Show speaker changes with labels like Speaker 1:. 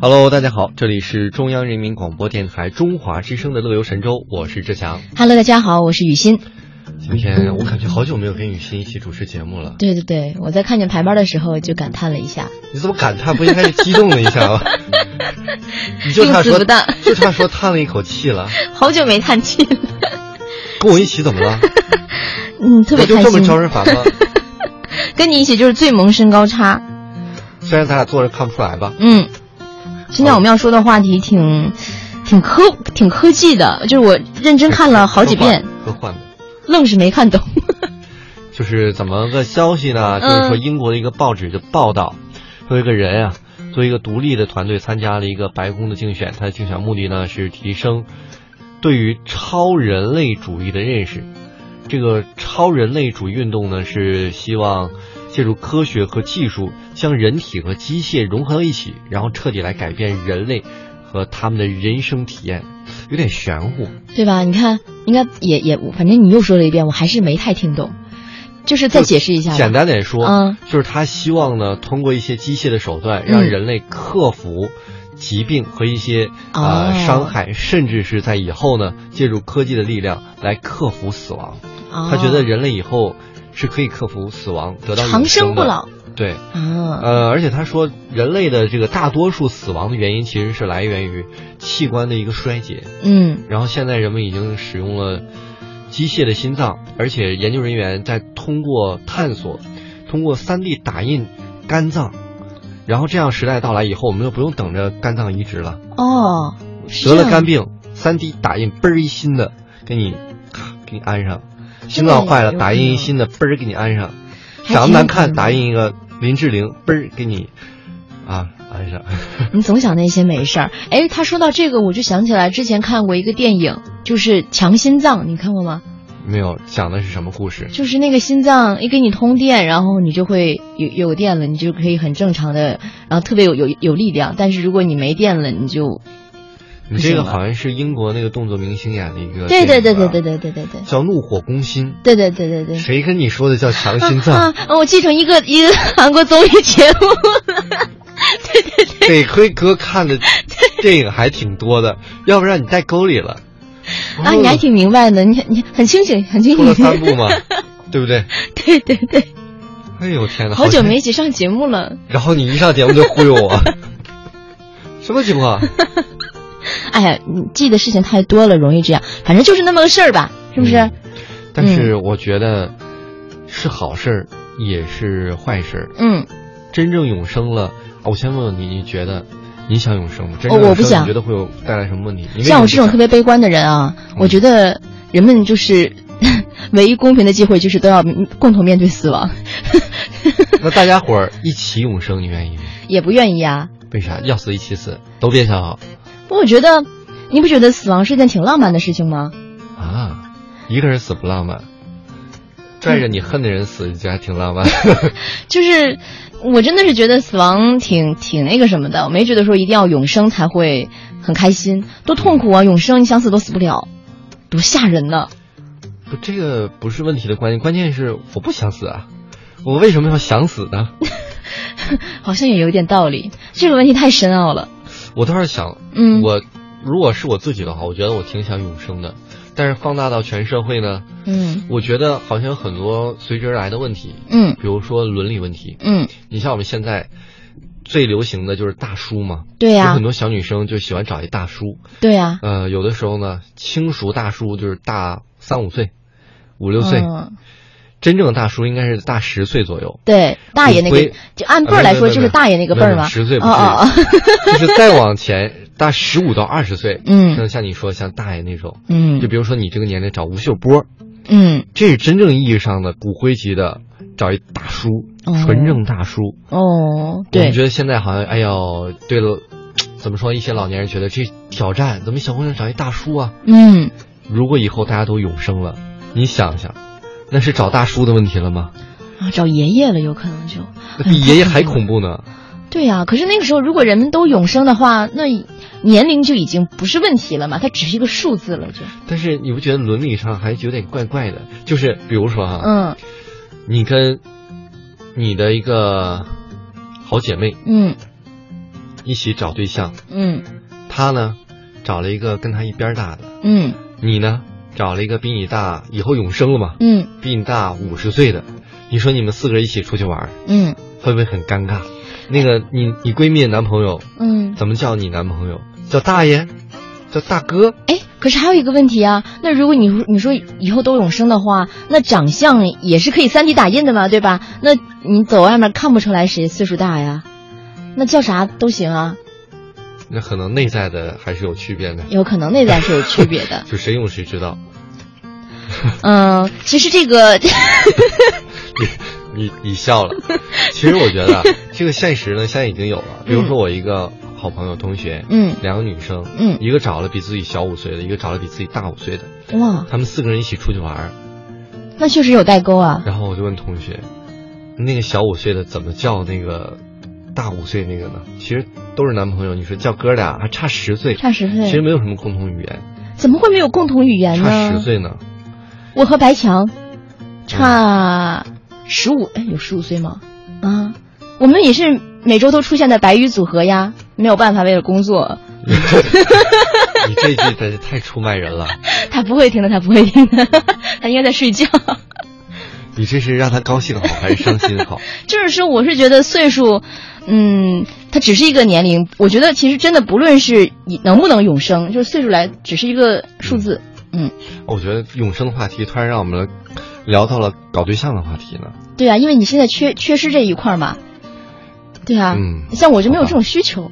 Speaker 1: Hello，大家好，这里是中央人民广播电台中华之声的《乐游神州》，我是志强。
Speaker 2: Hello，大家好，我是雨欣。
Speaker 1: 今天我感觉好久没有跟雨欣一起主持节目了，
Speaker 2: 对对对，我在看见排班的时候就感叹了一下，
Speaker 1: 你怎么感叹不应该是激动了一下 吗？你就差
Speaker 2: 宁死
Speaker 1: 说
Speaker 2: 不淡，
Speaker 1: 就差说叹了一口气了。
Speaker 2: 好久没叹气了，
Speaker 1: 跟我一起怎么了？
Speaker 2: 嗯， 特
Speaker 1: 我
Speaker 2: 别
Speaker 1: 就
Speaker 2: 开
Speaker 1: 这么
Speaker 2: 心。
Speaker 1: 招人烦吗？
Speaker 2: 跟你一起就是最萌身高差。
Speaker 1: 虽然咱俩坐着看不出来吧。
Speaker 2: 嗯，今天我们要说的话题挺挺科挺科技的，就是我认真看了好几遍，
Speaker 1: 科幻的。
Speaker 2: 愣是没看懂。
Speaker 1: 就是怎么个消息呢？就是说
Speaker 2: 嗯
Speaker 1: 英国的一个报纸就报道，说一个人啊，作为一个独立的团队参加了一个白宫的竞选，他的竞选目的呢是提升对于超人类主义的认识。这个超人类主义运动呢，是希望借助科学和技术，将人体和机械融合到一起，然后彻底来改变人类和他们的人生体验。有点玄乎，
Speaker 2: 对吧？你看，应该也也，反正你又说了一遍，我还是没太听懂，就是再解释一下吧。
Speaker 1: 简单点说，
Speaker 2: 嗯
Speaker 1: 就是他希望呢，通过一些机械的手段，让人类克服疾病和一些、
Speaker 2: 哦
Speaker 1: 呃伤害，甚至是在以后呢，借助科技的力量来克服死亡。
Speaker 2: 哦，
Speaker 1: 他觉得人类以后是可以克服死亡，得到永
Speaker 2: 长生
Speaker 1: 生
Speaker 2: 不
Speaker 1: 的。
Speaker 2: 老
Speaker 1: 对，
Speaker 2: 啊，
Speaker 1: 呃，而且他说，人类的这个大多数死亡的原因其实是来源于器官的一个衰竭。
Speaker 2: 嗯
Speaker 1: 然后现在人们已经使用了机械的心脏，而且研究人员在通过探索，通过 3D 打印肝脏，然后这样时代到来以后，我们就不用等着肝脏移植了，
Speaker 2: 哦，是
Speaker 1: 得了
Speaker 2: 这样
Speaker 1: 肝病，3D 打印嘣儿一新的给你咔给你安上，心
Speaker 2: 这么
Speaker 1: 脏坏了
Speaker 2: 有
Speaker 1: 打印一
Speaker 2: 用
Speaker 1: 新的嘣儿给你安上，
Speaker 2: 还
Speaker 1: 长得难
Speaker 2: 挺有可
Speaker 1: 看
Speaker 2: 能
Speaker 1: 打印一个林志玲嘣儿给你啊安上，
Speaker 2: 你总想那些没事儿。哎，他说到这个，我就想起来之前看过一个电影，就是《强心脏》，你看过吗？
Speaker 1: 没有讲的是什么故事？
Speaker 2: 就是那个心脏一给你通电，然后你就会有有电了，你就可以很正常的，然后特别有有有力量。但是如果你没电了，你就
Speaker 1: 你这个好像是英国那个动作明星演的一个，
Speaker 2: 对对对对对，对对对对
Speaker 1: 叫《怒火攻心
Speaker 2: 对对对对》，对。
Speaker 1: 谁跟你说的叫强心
Speaker 2: 啊
Speaker 1: 脏？
Speaker 2: 啊！我记成一个一个韩国综艺节目了。对对 对，
Speaker 1: 得亏哥看的电影还挺多 的，要不然你带沟里了。
Speaker 2: 啊，你还挺明白的，你你很清醒，很清
Speaker 1: 哦出了三
Speaker 2: 醒。
Speaker 1: 部嘛，对不对？
Speaker 2: 对对对，
Speaker 1: 哎呦天哪，
Speaker 2: 好久
Speaker 1: 像
Speaker 2: 没一起上节目了。
Speaker 1: 然后你一上节目就忽悠 我，什么啊情况？
Speaker 2: 哎呀，你记的事情太多了，容易这样。反正就是那么个事儿吧，是不是？
Speaker 1: 嗯但是我觉得是好事儿，也是坏事儿。
Speaker 2: 嗯，
Speaker 1: 真正永生了，啊我先问问你，你觉得你想永生吗？真
Speaker 2: 哦
Speaker 1: 正永
Speaker 2: 我不
Speaker 1: 生，
Speaker 2: 想
Speaker 1: 你觉得会有带来什么问题？你为什
Speaker 2: 像
Speaker 1: 么
Speaker 2: 我
Speaker 1: 不嗯
Speaker 2: 这种
Speaker 1: 想
Speaker 2: 特别悲观的人啊，我觉得人们就是 唯一公平的机会，就是都要共同面对死亡，
Speaker 1: 那大家伙儿一起永生，你愿意吗？
Speaker 2: 也不愿意啊。
Speaker 1: 为啥？要死一起死，都别想好
Speaker 2: 不过我觉得，你不觉得死亡是件挺浪漫的事情吗？
Speaker 1: 啊！一个人死不浪漫，拽着你恨的人死，这还挺浪 漫。
Speaker 2: 就是我真的是觉得死亡挺挺那个什么的，我没觉得说一定要永生才会很开心，多痛苦啊！永生你想死都死不了，多吓人呢、
Speaker 1: 不，这个不是问题的关键，关键是我不想死啊！我为什么要想死呢？
Speaker 2: 好像也有点道理。这个问题太深奥了。
Speaker 1: 我倒是想，
Speaker 2: 嗯，
Speaker 1: 我如果是我自己的话，我觉得我挺想永生的。但是放大到全社会呢，
Speaker 2: 嗯
Speaker 1: 我觉得好像很多随之而来的问题，
Speaker 2: 嗯
Speaker 1: 比如说伦理问题。
Speaker 2: 嗯，
Speaker 1: 你像我们现在最流行的就是大叔嘛，
Speaker 2: 对
Speaker 1: 有
Speaker 2: 呀、
Speaker 1: 很多小女生就喜欢找一大叔，
Speaker 2: 对啊呀、
Speaker 1: 呃，有的时候呢，轻熟大叔就是大三五岁、五六岁，
Speaker 2: 嗯，
Speaker 1: 真正的大叔应该是大十岁左右。啊
Speaker 2: 对，大爷那
Speaker 1: 骨灰
Speaker 2: 个，就按辈儿来说，就是大爷那个辈儿嘛。
Speaker 1: 十岁不
Speaker 2: 哦哦
Speaker 1: 是， 就是再往前，大十五到二十岁，
Speaker 2: 嗯
Speaker 1: 像像你说像大爷那种，就
Speaker 2: 嗯
Speaker 1: 比如说你这个年龄找吴秀波，
Speaker 2: 嗯
Speaker 1: 这是真正意义上的骨灰级的，找一大叔，
Speaker 2: 哦
Speaker 1: 纯正大叔。
Speaker 2: 哦，
Speaker 1: 我们
Speaker 2: 对，
Speaker 1: 觉得现在好像，哎呦，对了，怎么说？一些老年人觉得这挑战，怎么小姑娘找一大叔啊？
Speaker 2: 嗯，
Speaker 1: 如果以后大家都永生了，你想想，那是找大叔的问题了吗？
Speaker 2: 啊，找爷爷了，有可能就
Speaker 1: 那比爷爷还恐怖呢。
Speaker 2: 对呀、可是那个时候，如果人们都永生的话，那年龄就已经不是问题了嘛，它只是一个数字了，就
Speaker 1: 但是你不觉得伦理上还有点怪怪的？就是比如说哈、
Speaker 2: 嗯
Speaker 1: 你跟你的一个好姐妹，
Speaker 2: 嗯
Speaker 1: 一起找对象，
Speaker 2: 嗯
Speaker 1: 他呢找了一个跟他一边大的，
Speaker 2: 嗯
Speaker 1: 你呢找了一个比你大，以后永生了嘛，
Speaker 2: 嗯
Speaker 1: 比你大五十岁的，你说你们四个人一起出去玩儿，
Speaker 2: 嗯
Speaker 1: 会不会很尴尬？那个你你闺蜜的男朋友
Speaker 2: 嗯。
Speaker 1: 怎么叫你男朋友？叫大爷？叫大哥？
Speaker 2: 哎，可是还有一个问题啊，那如果你说你说以后都永生的话，那长相也是可以三 D 打印的嘛，对吧？那你走外面看不出来谁岁数大呀，那叫啥都行啊，
Speaker 1: 那可能内在的还是有区别的，
Speaker 2: 有可能内在是有区别 的。
Speaker 1: 就谁用谁知道。
Speaker 2: 嗯，其实这个，
Speaker 1: 你你笑了，其实我觉得啊这个现实呢，现在已经有了。比如说我一个好朋友、同学，
Speaker 2: 嗯
Speaker 1: 两个女生，
Speaker 2: 嗯，
Speaker 1: 一个找了比自己小五岁的，一个找了比自己大五岁的，
Speaker 2: 哇，
Speaker 1: 他们四个人一起出去玩儿，
Speaker 2: 那确实有代沟啊。
Speaker 1: 然后我就问同学，那个小五岁的怎么叫那个大五岁那个呢？其实都是男朋友，你说叫哥俩还差十岁，
Speaker 2: 差十
Speaker 1: 其实
Speaker 2: 岁，
Speaker 1: 没有什么共同语言，
Speaker 2: 怎么会没有共同语言
Speaker 1: 差十
Speaker 2: 呢？
Speaker 1: 岁嗯呢，
Speaker 2: 我和白强差十五，哎，有十五岁吗？啊，我们也是每周都出现的白鱼组合呀，没有办法，为了工作，
Speaker 1: 你这句真是太出卖人了，
Speaker 2: 他不会听的，他不会听的，他应该在睡觉。
Speaker 1: 你这是让他高兴好还是伤心好？
Speaker 2: 就是说，我是觉得岁数，嗯，它只是一个年龄。我觉得其实真的不论是你能不能永生，就是岁数来只是一个数字。
Speaker 1: 我觉得永生的话题突然让我们聊到了搞对象的话题呢。
Speaker 2: 对啊，因为你现在缺缺失这一块儿嘛。对啊，
Speaker 1: 嗯
Speaker 2: 像我就没有这种需求。